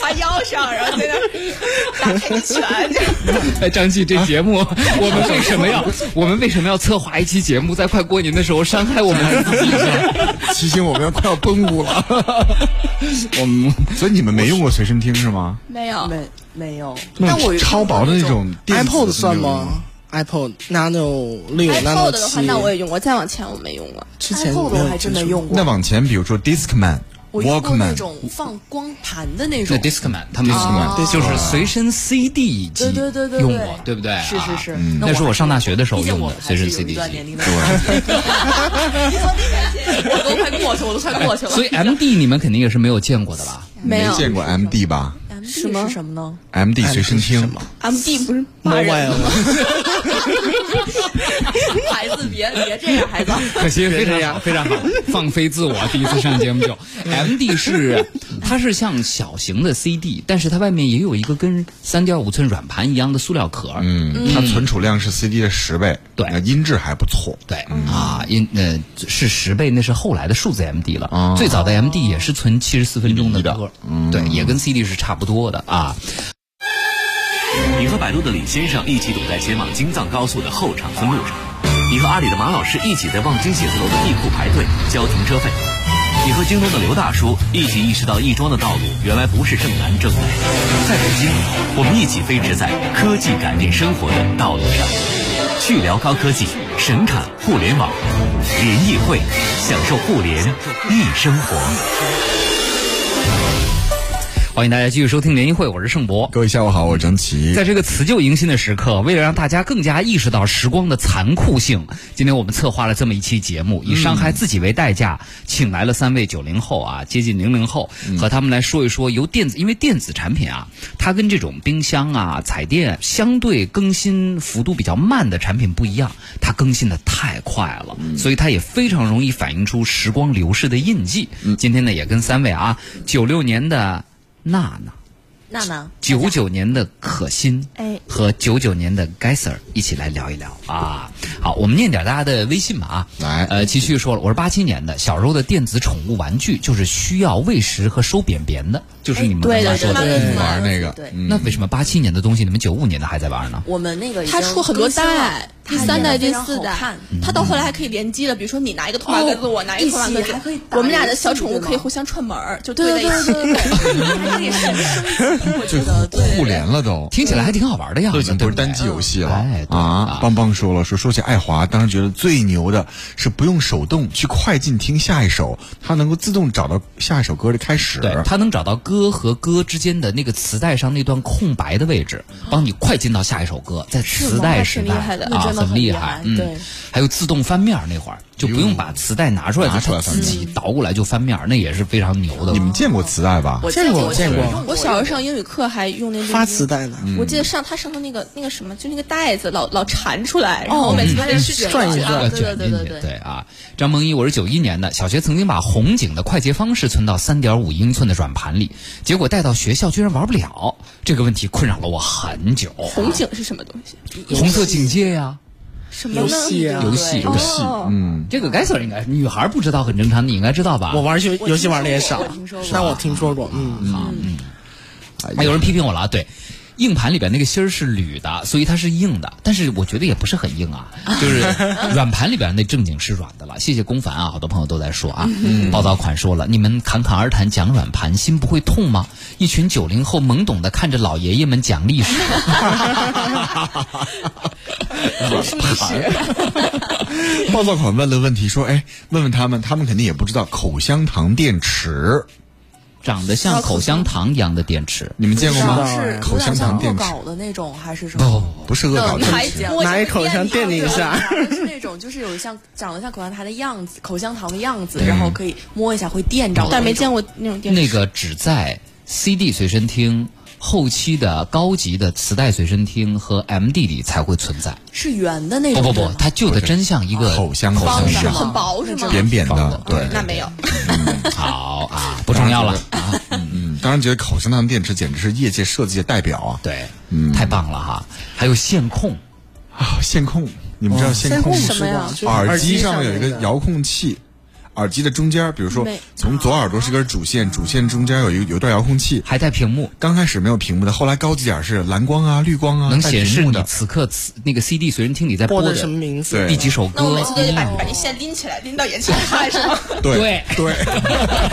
Speaker 5: 把腰上，然后在那儿打开一拳，就
Speaker 2: 哎，张继，这节 目、我们为什么要我们为什么要策划一期节目，在快过年的时候伤害我们自己呢？
Speaker 3: 提醒我们要快要奔五了。
Speaker 2: 我们
Speaker 3: 所以你们没用过随身听是吗？
Speaker 5: 没有。
Speaker 4: 没没有。
Speaker 3: 那
Speaker 4: 但我
Speaker 3: 种超薄的那种电子
Speaker 6: iPod 算
Speaker 3: 那种
Speaker 6: 吗？iPod Nano 六、Nano
Speaker 5: iPod 的话，
Speaker 6: 七，
Speaker 5: 那我也用过，再往前我没用过。
Speaker 6: 之前
Speaker 4: iPod
Speaker 6: 没有
Speaker 4: 我还真没
Speaker 6: 接触
Speaker 4: 用过。
Speaker 3: 那往前，比如说 Discman、
Speaker 4: 我用过那
Speaker 3: Walkman，
Speaker 4: 种放光盘的
Speaker 2: 对
Speaker 4: 那种。
Speaker 2: Discman，他们
Speaker 3: Discman，对
Speaker 2: 就是随身 CD 机，
Speaker 4: 对对对对对，
Speaker 2: 用过，对不对？
Speaker 4: 是是是
Speaker 2: 啊，那
Speaker 4: 我
Speaker 2: 时候我上大学的时候
Speaker 4: 毕竟
Speaker 2: 用
Speaker 4: 我
Speaker 2: 的
Speaker 4: 们还
Speaker 2: 随
Speaker 4: 是
Speaker 2: 身
Speaker 4: 有
Speaker 2: CD
Speaker 4: 一段
Speaker 2: 机
Speaker 4: 年。龄的差距。我都快过去，我都快过去了。
Speaker 2: 所以 MD 你们肯定也是没有见过的 吧？
Speaker 5: 没有
Speaker 3: 没见过 MD 吧
Speaker 4: M D 是什么呢？
Speaker 3: ？MD 随身
Speaker 6: 是什
Speaker 3: 听
Speaker 6: 么
Speaker 5: MD 不是骂 人的
Speaker 6: Mobile
Speaker 5: 吗？
Speaker 4: 孩子别别这样，孩子。
Speaker 2: 可惜非 常好，非常好，放飞自我，第一次上节目 就。M D 是，它是像小型的 C D，但是它外面也有一个跟三点五寸软盘一样的塑料壳。嗯，
Speaker 3: 嗯，它存储量是 CD 的十倍，
Speaker 2: 对
Speaker 3: 那音质还不错。
Speaker 2: 对啊，因呃是十倍，那是后来的数字 M D 了。最早的 M D 也是存七十四分哦钟的
Speaker 3: 一比一的
Speaker 2: 歌，嗯对，也跟 C D 是差不多的啊。
Speaker 1: 你和百度的李先生一起堵在前往京藏高速的后场村路上，你和阿里的马老师一起在望京写字楼的地库排队交停车费，你和京东的刘大叔一起意识到亦庄的道路原来不是正南正北，在北京，我们一起飞驰在科技改变生活的道路上，去聊高科技，神侃互联网，联谊会，享受互联易生活。
Speaker 2: 欢迎大家继续收听联谊会，我是盛博。
Speaker 3: 各位下午好，我是张琪。
Speaker 2: 在这个辞旧迎新的时刻，为了让大家更加意识到时光的残酷性，今天我们策划了这么一期节目，以伤害自己为代价，请来了三位九零后啊，接近零零后，和他们来说一说由电子，因为电子产品啊，它跟这种冰箱啊、彩电相对更新幅度比较慢的产品不一样，它更新的太快了，所以它也非常容易反映出时光流逝的印记。今天呢，也跟三位啊，九六年的娜娜。
Speaker 4: 娜娜，
Speaker 2: 九九年的可心，
Speaker 5: 哎
Speaker 2: 和九九年的 g e s e r 一起来聊一聊啊。好，我们念点大家的微信吧啊。
Speaker 3: 来
Speaker 2: 呃，奇趣说了，我是八七年的，小时候的电子宠物玩具就是需要喂食和收扁扁的，就是你们刚
Speaker 5: 对
Speaker 2: 才
Speaker 5: 的
Speaker 2: 说的。
Speaker 5: 对
Speaker 3: 我们玩那个，
Speaker 4: 对
Speaker 3: 嗯
Speaker 2: 那为什么八七年的东西你们九五年的还在玩呢？
Speaker 4: 我们那个已经
Speaker 5: 它出很多
Speaker 4: 更新了
Speaker 5: 代，第三代、第四，代
Speaker 4: 它也非常好看，
Speaker 5: 它到后来还可以联机了。比如说你拿一个托马鸽子，
Speaker 4: 哦
Speaker 5: 我拿一个托马鸽
Speaker 4: 一起还可
Speaker 5: 子
Speaker 4: 以，打
Speaker 5: 我们俩的
Speaker 4: 游戏
Speaker 5: 小宠
Speaker 4: 对
Speaker 5: 物
Speaker 4: 吗
Speaker 5: 可以互相串门儿，就堆在
Speaker 4: 对
Speaker 5: 一
Speaker 4: 对
Speaker 5: 起。
Speaker 4: 对对，还可以生生我
Speaker 3: 这
Speaker 4: 觉得对。
Speaker 3: 互联了都。
Speaker 2: 听起来还挺好玩的样
Speaker 3: 都已
Speaker 2: 子，
Speaker 3: 经不
Speaker 2: 对
Speaker 3: 是
Speaker 2: 对
Speaker 3: 单机游戏了、
Speaker 2: 哎对
Speaker 3: 啊
Speaker 2: 啊！
Speaker 3: 棒棒说了，说说起爱华，当时觉得最牛的是不用手动去快进听下一首，它能够自动找到下一首歌的开始。
Speaker 2: 对，它能找到歌和歌之间的那个磁带上那段空白的位置，帮你快进到下一首歌，在磁带时
Speaker 5: 是吗那挺厉
Speaker 2: 代
Speaker 5: 害的
Speaker 2: 啊，
Speaker 4: 真的
Speaker 2: 很厉害，
Speaker 4: 真的很厉害
Speaker 2: 嗯
Speaker 4: 对，
Speaker 2: 还有自动翻面儿那会儿就不用把磁带拿出来，
Speaker 3: 拿
Speaker 2: 就
Speaker 3: 出来
Speaker 2: 它
Speaker 3: 翻
Speaker 2: 自己倒过来就翻面儿，那也是非常牛的。
Speaker 3: 你们见过磁带吧？
Speaker 4: 我
Speaker 6: 见过
Speaker 4: 过，
Speaker 6: 见过
Speaker 4: 用
Speaker 5: 我小时候上英语课还用那个
Speaker 6: 发磁带呢，
Speaker 5: 我记得上他上头那个那个什么，就那个袋子老老缠出来，然后我每次还得去
Speaker 6: 转一
Speaker 5: 啊
Speaker 6: 转
Speaker 2: 要
Speaker 5: 对 对
Speaker 2: 卷
Speaker 5: 对
Speaker 2: 进
Speaker 5: 对
Speaker 2: 去
Speaker 5: 对，。
Speaker 2: 对啊，张梦一，我是九一年的，小学曾经把红警的快捷方式存到三点五英寸的转盘里，结果带到学校居然玩不了，这个问题困扰了我很久。
Speaker 5: 红警是什么东西？
Speaker 2: 红色警戒呀、
Speaker 5: 什么
Speaker 6: 游戏啊，
Speaker 2: 游戏游戏，
Speaker 5: 哦，
Speaker 2: 这个 Geiser 应该女孩不知道很正常，你应该知道吧？
Speaker 6: 我玩游游戏玩的也少
Speaker 4: 我听说过，
Speaker 6: 但我听说过，嗯，
Speaker 2: 啊，有人批评我了啊，对。硬盘里边那个芯儿是铝的，所以它是硬的，但是我觉得也不是很硬啊，就是软盘里边那正经是软的了。谢谢龚凡啊，好多朋友都在说啊，报道款说了，你们侃侃而谈讲软盘，心不会痛吗？一群九零后懵懂的看着老爷爷们讲历史，
Speaker 3: 暴躁款问了问题，说：“哎，问问他们，他们肯定也不知道口香糖电池，
Speaker 2: 长得像口香糖一样的电池，
Speaker 3: 你们见过吗？
Speaker 2: 哎
Speaker 4: 是
Speaker 3: 口香糖电
Speaker 4: 恶
Speaker 3: 池
Speaker 4: 搞的那种还是什么？
Speaker 3: 不是恶搞
Speaker 4: 你
Speaker 3: 电
Speaker 4: 还
Speaker 5: 嗯
Speaker 3: 池，
Speaker 6: 拿一口香
Speaker 5: 电
Speaker 6: 电你一下，
Speaker 4: 是那种就是有像长得像口香糖的样子，口香糖的样子，然后可以摸一下会电着的那种，
Speaker 5: 但没见过那种电
Speaker 2: 那
Speaker 5: 池。
Speaker 2: 个只在 CD 随身听后期的高级的磁带随身听和 MD 里才会存在。
Speaker 4: 是圆的那
Speaker 2: 不
Speaker 4: 种。
Speaker 2: 不不， 它就得真像一个
Speaker 3: 口香
Speaker 2: 口
Speaker 3: 糖
Speaker 2: 香
Speaker 4: 方的
Speaker 2: 糖
Speaker 4: 吗。
Speaker 5: 很薄是吗？
Speaker 3: 扁扁
Speaker 2: 方的
Speaker 3: 的，对。
Speaker 5: 嗯那没有，
Speaker 2: 好啊，不重要了 啊，
Speaker 3: 嗯，当然觉得口香糖电池简直是业界设计的代表啊！
Speaker 2: 对，太棒了哈！还有线控，
Speaker 3: 啊，线控，你们知道线
Speaker 6: 现
Speaker 3: 控
Speaker 6: 控
Speaker 3: 是
Speaker 6: 是
Speaker 5: 什么呀
Speaker 6: 吧？就是
Speaker 3: 耳
Speaker 6: 机
Speaker 3: 机上面有一
Speaker 6: 面
Speaker 3: 个遥控器，耳机的中间，比如说
Speaker 5: 没
Speaker 3: 从左耳朵是根主线，主线中间有一个有一段遥控器。
Speaker 2: 还带屏幕，
Speaker 3: 刚开始没有屏幕的，后来高级点儿是蓝光啊、绿光啊，
Speaker 2: 能
Speaker 3: 带
Speaker 2: 显
Speaker 3: 屏
Speaker 2: 示
Speaker 3: 幕
Speaker 2: 你
Speaker 3: 的。
Speaker 2: 此刻此那个 CD 随身听里在
Speaker 6: 播
Speaker 2: 的
Speaker 6: 的什么名字？
Speaker 3: 对
Speaker 2: 第几首歌，
Speaker 5: 那我每次都得把
Speaker 2: 音
Speaker 5: 把那线拎起来，拎到眼前看是吗？
Speaker 3: 对
Speaker 2: 对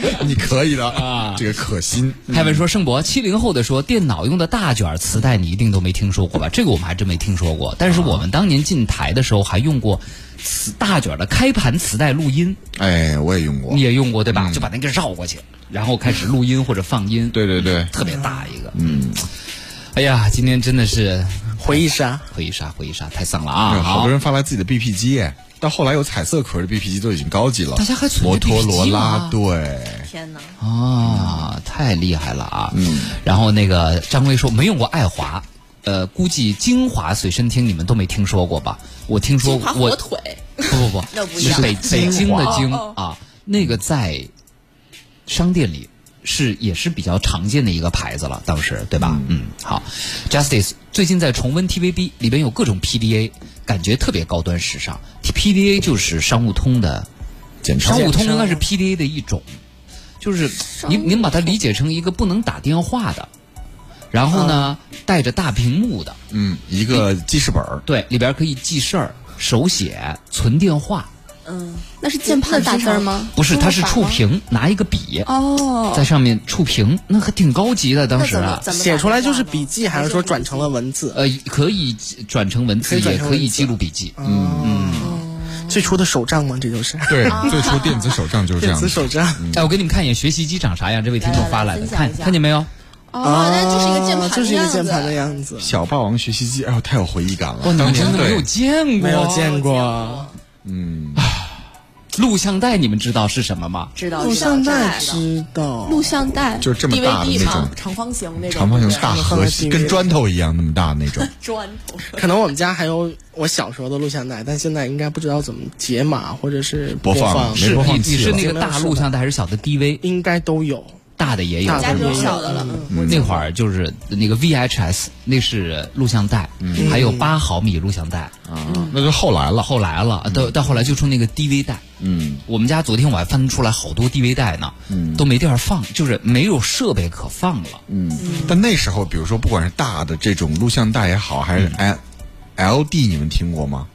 Speaker 3: 对，你可以的
Speaker 2: 啊
Speaker 3: 这个可心。
Speaker 2: 乐。还有人说盛博七零后的说，电脑用的大卷磁带你一定都没听说过吧？这个我们还真没听说过。但是我们当年进台的时候还用过磁大卷的开盘磁带录音，
Speaker 3: 哎，我也用过
Speaker 2: 你。也用过对吧？就把那个绕过去，然后开始录音或者放音，
Speaker 3: 嗯对对对，
Speaker 2: 特别大一个。嗯，哎呀，今天真的是
Speaker 6: 回忆杀，
Speaker 2: 回忆杀，回忆杀，太丧了
Speaker 3: 嗯
Speaker 2: 啊！
Speaker 3: 好多人发来自己的 BP 机耶，到后来有彩色壳的 BP 机都已经高级了。
Speaker 2: 大家还存着
Speaker 3: 摩托罗
Speaker 2: BP 机
Speaker 3: 拉
Speaker 2: 吗，
Speaker 3: 对，
Speaker 4: 天哪！
Speaker 2: 啊，太厉害了啊！嗯，然后那个张威说没用过爱华，呃，估计精华随身听你们都没听说过吧？我听说
Speaker 5: 金华
Speaker 2: 我
Speaker 5: 火腿，
Speaker 2: 不不不，
Speaker 4: 那不一
Speaker 2: 是
Speaker 4: 样
Speaker 2: 北北京的京
Speaker 5: 哦
Speaker 2: 啊，那个在商店里是也是比较常见的一个牌子了，当时对吧？嗯，好，Justice 最近在重温 TVB，里边有各种 PDA，感觉特别高端时尚。PDA 就是商务通的，
Speaker 3: 简称
Speaker 2: 商务通应该是 PDA 的一种，就是您您把它理解成一个不能打电话的，然后呢带着大屏幕的，
Speaker 3: 嗯，一个记事本儿。
Speaker 2: 对，里边可以记事儿、手写、存电话。
Speaker 5: 那是键盘打字儿吗？
Speaker 2: 不是，它是触
Speaker 5: 触。
Speaker 2: 屏，拿一个笔
Speaker 5: 哦，
Speaker 2: 在上面触屏，那还挺高级的。当
Speaker 4: 那
Speaker 2: 时
Speaker 4: 怎么
Speaker 2: 啊，
Speaker 4: 怎么
Speaker 6: 写出来就是
Speaker 4: 打电话
Speaker 6: 笔
Speaker 4: 呢
Speaker 6: 记，还是说转成了文字？
Speaker 2: 呃，可以转成文
Speaker 6: 可
Speaker 2: 字，
Speaker 6: 以转
Speaker 2: 也
Speaker 6: 成
Speaker 2: 可以
Speaker 6: 文字
Speaker 2: 记录笔记。
Speaker 6: 最初的手账吗？这就是
Speaker 3: 对，
Speaker 4: 啊
Speaker 3: 最初电子手账就是这
Speaker 6: 电
Speaker 3: 样
Speaker 6: 子
Speaker 3: 的。
Speaker 6: 手账。
Speaker 2: 哎，我给你们看一眼学习机长啥样，这位听众
Speaker 4: 来
Speaker 2: 发
Speaker 4: 来
Speaker 2: 来的，
Speaker 4: 分享
Speaker 2: 看
Speaker 4: 一下
Speaker 2: 看见没有？
Speaker 5: 哦，那就是一个键盘，
Speaker 6: 就是一个键盘的。样子，
Speaker 3: 小霸王学习机，哎呦，太有回忆感了。
Speaker 2: 哇，你
Speaker 3: 当
Speaker 2: 们
Speaker 3: 年
Speaker 2: 真的没有
Speaker 3: 对
Speaker 2: 哦见过？
Speaker 6: 没有见过。
Speaker 2: 录像带，你们知道是什么吗？
Speaker 4: 知道
Speaker 6: 录
Speaker 4: 知道
Speaker 6: 哦像
Speaker 4: 知道
Speaker 6: 带
Speaker 4: 知道
Speaker 6: 知道，
Speaker 5: 录像带，
Speaker 3: 就是这么大的
Speaker 5: DVD
Speaker 3: 那种
Speaker 5: 吗？
Speaker 4: 长方形那种
Speaker 3: 长方形大盒
Speaker 6: 对
Speaker 3: 子，跟砖头一样那么大那种。
Speaker 4: 砖头，
Speaker 6: 可能我们家还有我小时候的录像带，但现在应该不知道怎么解码或者是
Speaker 3: 播放
Speaker 6: 放，
Speaker 3: 没
Speaker 2: 是
Speaker 3: 播
Speaker 2: 你
Speaker 3: 放器
Speaker 2: 你是
Speaker 3: 了
Speaker 2: 那个大录像带还是小的 DV？
Speaker 6: 应该都有。
Speaker 2: 大的也有，嗯
Speaker 6: 大的
Speaker 5: 家
Speaker 6: 也
Speaker 5: 只有小
Speaker 3: 嗯
Speaker 5: 的了。
Speaker 4: 嗯
Speaker 2: 那会儿就是那个 VHS，那是录像带，还有八毫米录像带。
Speaker 3: 嗯
Speaker 2: 嗯
Speaker 3: 啊，那就后来了。
Speaker 2: 后来了，到到后来就出那个 DV 带。
Speaker 3: 嗯，
Speaker 2: 我们家昨天我还翻出来好多 DV 带呢，都没地儿放，就是没有设备可放了。
Speaker 3: 但那时候，比如说，不管是大的这种录像带也好，还是 L L D，你们听过吗？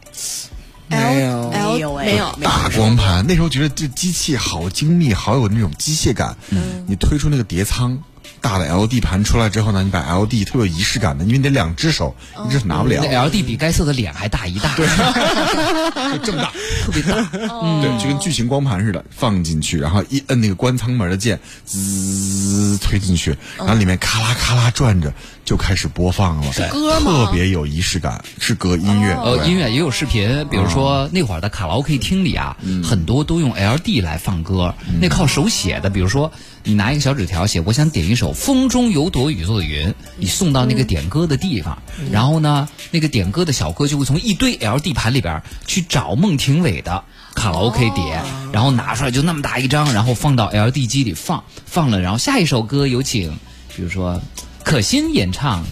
Speaker 6: 没有
Speaker 5: L
Speaker 4: 没有哎
Speaker 5: 没有，
Speaker 3: 大光盘，那时候觉得这机器好精密，好有那种机械感。嗯，你推出那个碟仓，大的 LD 盘出来之后呢，你摆 LD 特别有仪式感的，因为你得两只手，
Speaker 4: 哦
Speaker 3: 一只手拿不了，
Speaker 2: 那 LD 比该色的脸还大 一大，
Speaker 3: 就这么大，特别大，
Speaker 5: 嗯
Speaker 3: 对，就跟巨型光盘似的，放进去，然后一摁那个关舱门的键，滋推进去，然后里面咔啦咔啦转着就开始播放了，
Speaker 5: 歌吗哦
Speaker 3: 特别有仪式感，是歌音乐，
Speaker 2: 呃，
Speaker 3: 对
Speaker 2: 音乐也有视频，比如说那会儿的卡拉 OK 厅里啊，很多都用 L D 来放歌，那靠手写的。比如说，你拿一个小纸条写，我想点一首《风中有朵雨做的云》，你送到那个点歌的地方，然后呢，那个点歌的小哥就会从一堆 L D 盘里边去找孟庭苇的。卡拉 OK 碟，然后拿出来就那么大一张，然后放到 L D 机里放，放了，然后下一首歌有请，比如说可心演 唱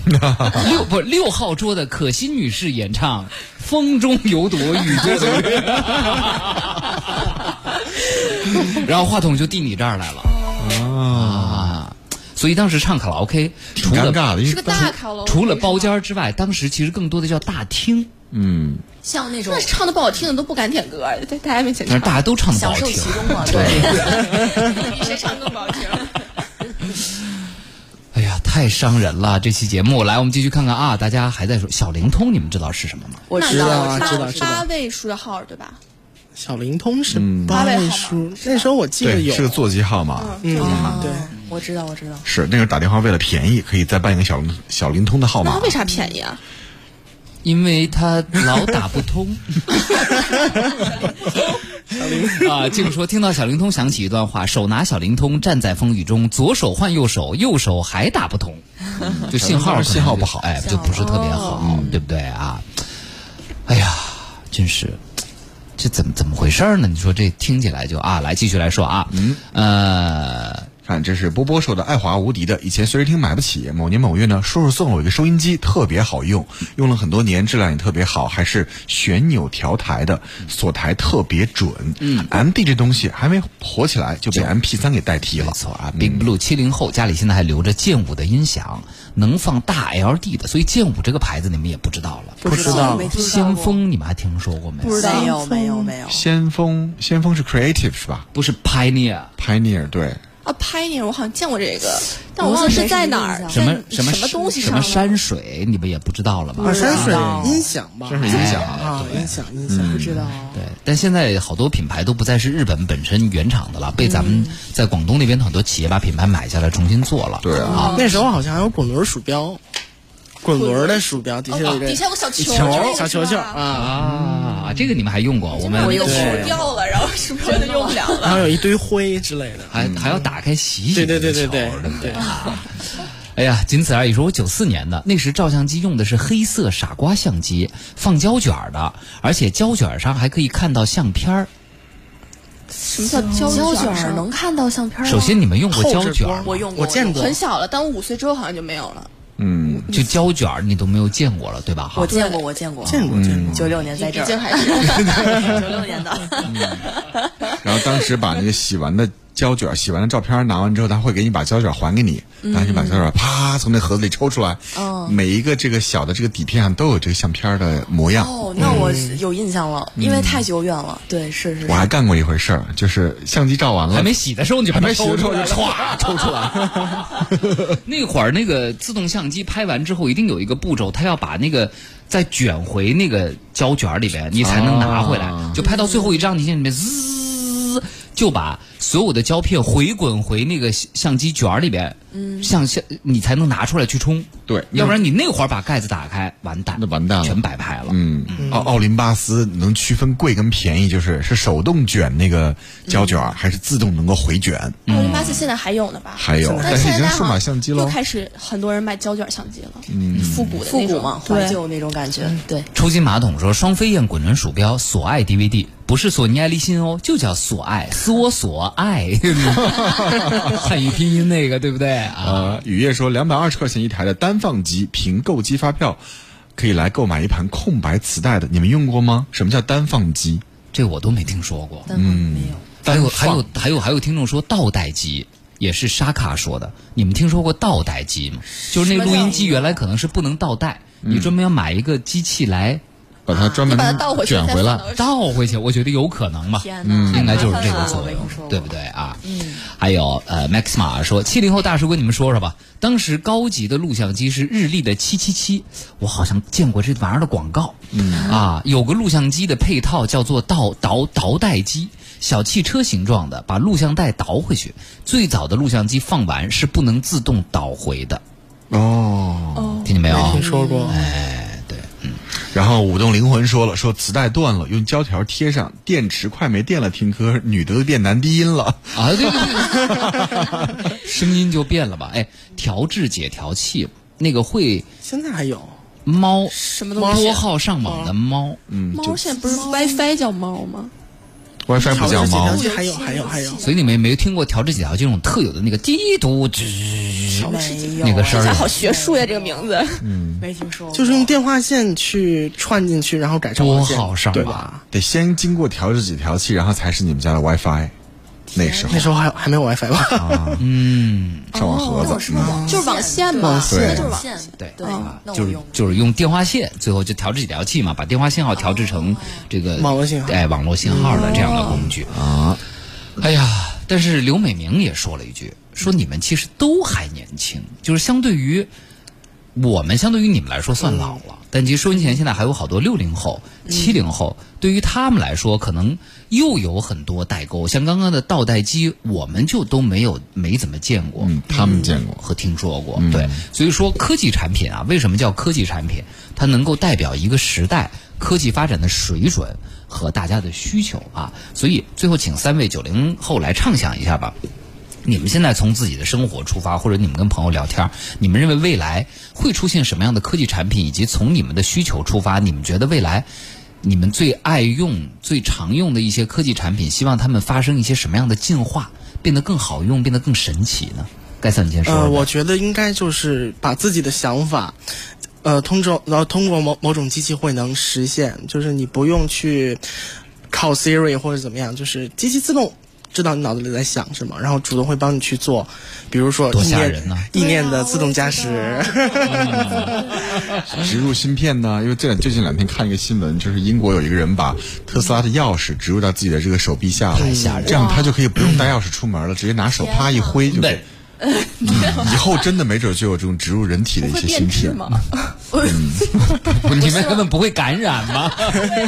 Speaker 2: 六不六号桌的可心女士演唱《风中有朵雨 做的云》，然后话筒就递你这儿来了啊，所以当时唱卡拉 OK 除
Speaker 3: 挺尴
Speaker 2: 了
Speaker 3: 尬的，因
Speaker 5: 是
Speaker 3: 为
Speaker 5: 个大卡拉 OK，
Speaker 2: 除了包间儿之外，当时其实更多的叫大厅，
Speaker 3: 嗯，
Speaker 4: 像那种
Speaker 5: 那唱的不好听的都不敢点歌，在大家面前
Speaker 2: 但
Speaker 5: 唱
Speaker 2: 是，大家都唱的不
Speaker 4: 享
Speaker 2: 好
Speaker 4: 受
Speaker 2: 听。
Speaker 4: 其中嘛，对。
Speaker 5: 比谁唱更不好听。
Speaker 2: 哎呀，太伤人了！这期节目，来，我们继续看看啊，大家还在说小灵通，你们知道是什么吗？
Speaker 4: 我
Speaker 5: 那
Speaker 4: 知
Speaker 6: 道
Speaker 5: 要
Speaker 6: 啊
Speaker 5: 八
Speaker 6: 知道知道
Speaker 5: 八位数的号对吧？
Speaker 6: 小灵通是
Speaker 5: 八
Speaker 6: 八
Speaker 5: 位
Speaker 6: 位
Speaker 5: 号码
Speaker 6: 数，那时候我记得
Speaker 3: 对，
Speaker 6: 有
Speaker 3: 是个座机号码，
Speaker 6: 嗯对。
Speaker 4: 我知道，我知道。
Speaker 3: 是那个打电话为了便宜，可以再办一个小小灵通的号
Speaker 5: 那
Speaker 3: 码
Speaker 5: 它，为啥便宜啊？
Speaker 2: 因为他老打不通。啊，静说听到小灵通响起一段话，手拿小灵通站在风雨中，左手换右手，右手还打不通，就信号可能就
Speaker 3: 信号不好
Speaker 2: 哎，就不是特别好，对不对啊？哎呀，真是。这怎么怎么回事儿呢？你说这听起来就啊，来继续来说啊，嗯，呃，
Speaker 3: 看，这是波波说的爱华无敌的，以前随身听买不起，某年某月呢，叔叔送了我一个收音机，特别好用，用了很多年，质量也特别好，还是旋钮调台的，锁台特别准。嗯，MD 这东西还没火起来，就被 MP 三给代替
Speaker 2: 没
Speaker 3: 了。
Speaker 2: 错啊，Big Blue 七零后家里现在还留着剑舞的音响，能放大 LD 的，所以剑舞这个牌子你们也不知道了。
Speaker 6: 不知道
Speaker 4: 没听说
Speaker 2: 先
Speaker 4: 过，
Speaker 2: 锋你们还听说过没？
Speaker 5: 不知道
Speaker 4: 没有，没有，没有。
Speaker 3: 先锋，先锋是 Creative 是吧
Speaker 2: 不是 Pioneer，
Speaker 3: ？Pioneer 对，
Speaker 5: 啊，Pioneer，我好像见过这个，但我忘了是在哪儿，
Speaker 4: 我
Speaker 5: 在
Speaker 2: 什么
Speaker 5: 什
Speaker 2: 么
Speaker 5: 东西
Speaker 2: 什
Speaker 5: 上了
Speaker 2: 么山水，你们也不知道了吧？
Speaker 6: 啊，山水
Speaker 4: 道
Speaker 6: 音响吧，
Speaker 3: 山水音响
Speaker 6: 啊，音响音响，不知道。
Speaker 2: 对，但现在好多品牌都不再是日本本身原厂的了，被咱们在广东那边很多企业把品牌买下来重新做了。
Speaker 3: 对啊，
Speaker 6: 那时候好像还有滚轮鼠标，滚轮的鼠标底下有
Speaker 5: 哦
Speaker 6: 一个
Speaker 5: 底下有个小球，
Speaker 6: 小球球
Speaker 5: 啊，
Speaker 6: 啊，
Speaker 2: 啊，这个你们还用过？我们
Speaker 5: 我一个
Speaker 2: 对
Speaker 5: 球掉了，然后是不是真的用不了了？
Speaker 6: 然后有一堆灰之类的。
Speaker 2: 还还要打开洗一洗
Speaker 6: 对对
Speaker 2: 这个
Speaker 6: 对对
Speaker 2: 球
Speaker 6: 对
Speaker 2: 儿对不对
Speaker 6: 对
Speaker 2: 啊？哎呀，仅此而已。说我九四年的，那时照相机用的是黑色傻瓜相机，放胶卷儿的，而且胶卷儿上还可以看到相片儿。
Speaker 5: 什么叫胶
Speaker 4: 胶
Speaker 5: 卷
Speaker 4: 卷
Speaker 5: 儿
Speaker 4: 儿能看到相片吗？
Speaker 2: 首先，你们用过
Speaker 6: 透
Speaker 2: 胶
Speaker 6: 着
Speaker 2: 卷儿
Speaker 6: 光
Speaker 2: 吗？
Speaker 4: 我用过，
Speaker 6: 我见过
Speaker 5: 很小了，但我五岁之后好像就没有了。
Speaker 3: 嗯，
Speaker 2: 就胶卷儿你都没有见过了，对吧？哈
Speaker 4: 我见过，我见过，
Speaker 6: 见过见过，
Speaker 4: 九六年在这
Speaker 5: 毕竟
Speaker 4: 儿，嗯
Speaker 5: 还是
Speaker 4: 九六年的。
Speaker 3: 然后当时把那个洗完的胶卷、洗完的照片拿完之后，他会给你把胶卷还给你，
Speaker 4: 嗯
Speaker 3: 然后你把胶卷啪从那盒子里抽出来，
Speaker 4: 哦
Speaker 3: 每一个这个小的这个底片上都有这个相片的模样。 嗯
Speaker 4: 哦，那我有印象了，因为太久远了。对，是是
Speaker 3: 我还
Speaker 4: 是。
Speaker 3: 干过一回事儿，就是相机照完了，
Speaker 2: 还没洗的时候你就把
Speaker 3: 还
Speaker 2: 它
Speaker 3: 没洗
Speaker 2: 抽
Speaker 3: 的时
Speaker 2: 出
Speaker 3: 候就
Speaker 2: 来了。
Speaker 3: 歘抽出来，
Speaker 2: 那会儿那个自动相机拍完之后，一定有一个步骤，它要把那个再卷回那个胶卷儿里边，你才能拿回来。
Speaker 3: 啊
Speaker 2: 就拍到最后一张，你心里面滋，就把所有的胶片回滚回那个相机卷儿里边，嗯，像像你才能拿出来去冲。
Speaker 3: 对
Speaker 2: 要不然你那会儿把盖子打开，完蛋，
Speaker 3: 那完蛋了
Speaker 2: 全摆拍了。
Speaker 3: 嗯，奥奥林巴斯能区分贵跟便宜，就是是手动卷那个胶卷
Speaker 4: 嗯
Speaker 3: 儿，还是自动能够回卷？
Speaker 5: 奥林巴斯现在还有呢吧？
Speaker 3: 还有
Speaker 5: 但
Speaker 3: 但是已
Speaker 5: 现
Speaker 3: 经
Speaker 5: 在
Speaker 3: 数码相机了嗯
Speaker 5: 又开始很多人卖胶卷相机了，复古的
Speaker 4: 复
Speaker 5: 那种
Speaker 4: 古嗯嘛，
Speaker 5: 对
Speaker 4: 怀旧那种感觉。对，
Speaker 2: 抽筋马桶说：“双飞燕滚轮鼠标索爱 DVD 不是索尼爱立信哦，就叫索爱，索索 爱，汉语拼音那个对不对啊？
Speaker 3: 呃，雨夜说两百二十块钱一台的单放机，凭购机发票可以来购买一盘空白磁带的，你们用过吗？什么叫单放机？
Speaker 2: 这我都没听说过。
Speaker 4: 但没有。
Speaker 2: 还有
Speaker 3: 单
Speaker 2: 还
Speaker 3: 放
Speaker 2: 有还有还有听众说倒带机。”也是沙卡说的，你们听说过倒带
Speaker 3: 嗯
Speaker 2: 机吗？就是那个录音机原来可能是不能倒带，你专门要买一个机器来
Speaker 3: 把它专门
Speaker 5: 你把它倒回去
Speaker 3: 卷回来。
Speaker 5: 再放到
Speaker 2: 倒回去，我觉得有可能吧。
Speaker 4: 天哪，
Speaker 2: 应该就是这个作
Speaker 4: 太麻烦了我跟你说
Speaker 2: 用，对不对啊？嗯。还有呃，Max 马说，七零后大叔跟你们说说吧，当时高级的录像机是日立的七七七，我好像见过这玩意儿的广告。嗯啊，有个录像机的配套叫做倒倒倒带机。小汽车形状的，把录像带倒回去。最早的录像机放完是不能自动倒回的，
Speaker 3: 哦，
Speaker 2: 听见没有？
Speaker 6: 听说过，
Speaker 2: 哎，对，
Speaker 3: 然后舞动灵魂说了，说磁带断了，用胶条贴上，电池快没电了，听歌女的变男低音了。
Speaker 2: 啊，对对对， 声音就变了吧？哎，调制解调器那个会
Speaker 6: 现在还有
Speaker 2: 猫
Speaker 5: 什么东西？
Speaker 2: 拨号上网的猫，
Speaker 3: 嗯，
Speaker 5: 猫
Speaker 3: 就
Speaker 5: 现在不是 WiFi 叫猫吗？
Speaker 3: 哎 WiFi 不叫猫
Speaker 6: 调制解调器还有还有还有，
Speaker 2: 所以你们没听过调制解调这种特有的那个滴嘟吱
Speaker 4: 没有
Speaker 2: 那个声儿
Speaker 5: 这家
Speaker 2: 啊。
Speaker 5: 好学术呀，这个名字。
Speaker 3: 嗯
Speaker 4: 没听说过，
Speaker 6: 就是用电话线去串进去，然后改成
Speaker 2: 多
Speaker 6: 网线
Speaker 2: 好上
Speaker 6: 对
Speaker 2: 网
Speaker 6: 吧？
Speaker 3: 得先经过调制几条器，然后才是你们家的 WiFi。那时候
Speaker 6: 那时候还还没有 WiFi 吧？
Speaker 2: 嗯，
Speaker 3: 上网盒
Speaker 4: 那我
Speaker 3: 子，
Speaker 4: 是不是网
Speaker 5: 哦就是网线
Speaker 4: 对
Speaker 5: 嘛
Speaker 4: 吧
Speaker 3: 对
Speaker 4: 那就是网线，
Speaker 2: 对
Speaker 4: 对
Speaker 2: 啊，
Speaker 4: 那我
Speaker 2: 就是
Speaker 4: 用过
Speaker 2: 就是用电话线，最后就调制解调器嘛，把电话信号调制成
Speaker 4: 哦
Speaker 2: 这个
Speaker 6: 网络信号
Speaker 2: 哎，网络信号的这样的工具啊。哎呀，但是刘美明也说了一句，说你们其实都还年轻，就是相对于我们，相对于你们来说算老
Speaker 4: 嗯
Speaker 2: 了。但其实收音前现在还有好多六零后、七零后，对于他们来说，可能又有很多代沟。像刚刚的倒带机，我们就都没有没怎么见过。
Speaker 3: 嗯，他们见过。
Speaker 2: 和听说过，对，所以说科技产品啊，为什么叫科技产品？啊它能够代表一个时代科技发展的水准和大家的需求啊。所以最后请三位九零后来畅想一下吧，你们现在从自己的生活出发，或者你们跟朋友聊天儿，你们认为未来会出现什么样的科技产品，以及从你们的需求出发，你们觉得未来你们最爱用、最常用的一些科技产品，希望它们发生一些什么样的进化，变得更好用，变得更神奇呢？盖森，你先说吧。
Speaker 6: 呃，我觉得应该就是把自己的想法，呃，通过然后通过某某种机器会能实现，就是你不用去靠 Siri 或者怎么样，就是机器自动。知道你脑子里在想什么，然后主动会帮你去做，比如说
Speaker 2: 多
Speaker 6: 意
Speaker 2: 吓
Speaker 6: 念、
Speaker 2: 人呐
Speaker 6: 意念的自动加时，
Speaker 3: 植入芯片呢？因为这两最近两天看一个新闻，就是英国有一个人把特斯拉的钥匙植入到自己的这个手臂下了，这样他就可以不用带钥匙出门了，直接拿手啪一挥就可以
Speaker 2: 对。
Speaker 3: 以后真的没准就有这种植入人体的一
Speaker 5: 会
Speaker 3: 些
Speaker 5: 变
Speaker 3: 芯
Speaker 5: 质
Speaker 3: 片，
Speaker 5: 吗？
Speaker 2: 不你们根本不会感染 吗？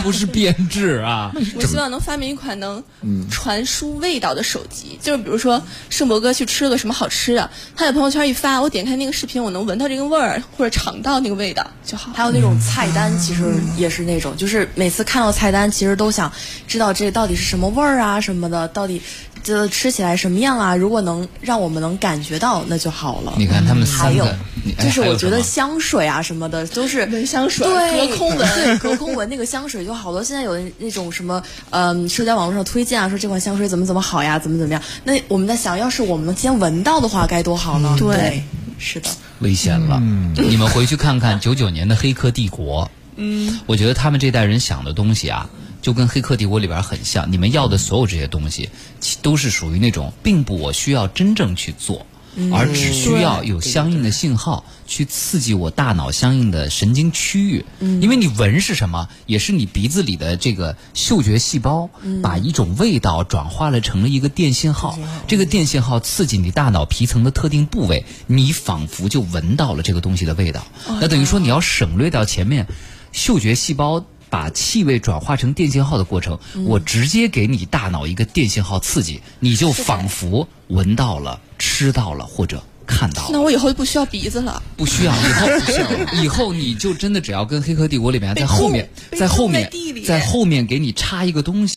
Speaker 2: 不是变质啊！
Speaker 5: 我希望能发明一款能
Speaker 3: 嗯
Speaker 5: 传输味道的手机，就是比如说盛博哥去吃了个什么好吃的，他在朋友圈一发，我点开那个视频，我能闻到这个味儿或者尝到那个味道就好。
Speaker 4: 还有那种菜单，其实也是那种，就是每次看到菜单，其实都想知道这到底是什么味儿啊，什么的，到底这吃起来什么样啊？如果能让我们能感觉到，那就好了。
Speaker 2: 你看他们
Speaker 4: 还
Speaker 2: 三
Speaker 4: 有
Speaker 2: 个，你，哎
Speaker 4: 就是
Speaker 2: 还有
Speaker 4: 我觉得
Speaker 2: 什么
Speaker 4: 香水啊什么的，都是
Speaker 5: 闻香水
Speaker 4: 对，
Speaker 5: 隔空闻
Speaker 4: 对，隔空闻那个香水就好多。现在有那种什么，嗯，社交网络上推荐啊，说这款香水怎么怎么好呀，怎么怎么样。那我们在想，要是我们能先闻到的话，该多好呢？
Speaker 5: 对
Speaker 4: 对，是的。
Speaker 2: 危险了。
Speaker 4: 嗯
Speaker 2: 你们回去看看九九年的《黑客帝国》。嗯，我觉得他们这代人想的东西啊，就跟《黑客帝国》里边很像。你们要的所有这些东西，其都是属于那种并不我需要真正去做。
Speaker 4: 嗯
Speaker 2: 而只需要有相应的信号去刺激我大脑相应的神经区域，
Speaker 4: 嗯
Speaker 2: 因为你闻是什么，也是你鼻子里的这个嗅觉细胞把一种味道转化了成了一个电信号，这个电信号刺激你大脑皮层的特定部位，你仿佛就闻到了这个东西的味道。那等于说你要省略掉前面嗅觉细胞。把气味转化成电信号的过程，我直接给你大脑一个电信号刺激，你就仿佛闻到了、吃到了或者看到
Speaker 5: 那
Speaker 2: 了。
Speaker 5: 我以后就不需要鼻子了，
Speaker 2: 不需要，以后不需要，以后你就真的只要跟《黑客帝国》里面在后面，
Speaker 5: 被控
Speaker 2: 在后
Speaker 5: 被
Speaker 2: 面
Speaker 5: 控在地里，
Speaker 2: 在后面给你插一个东西。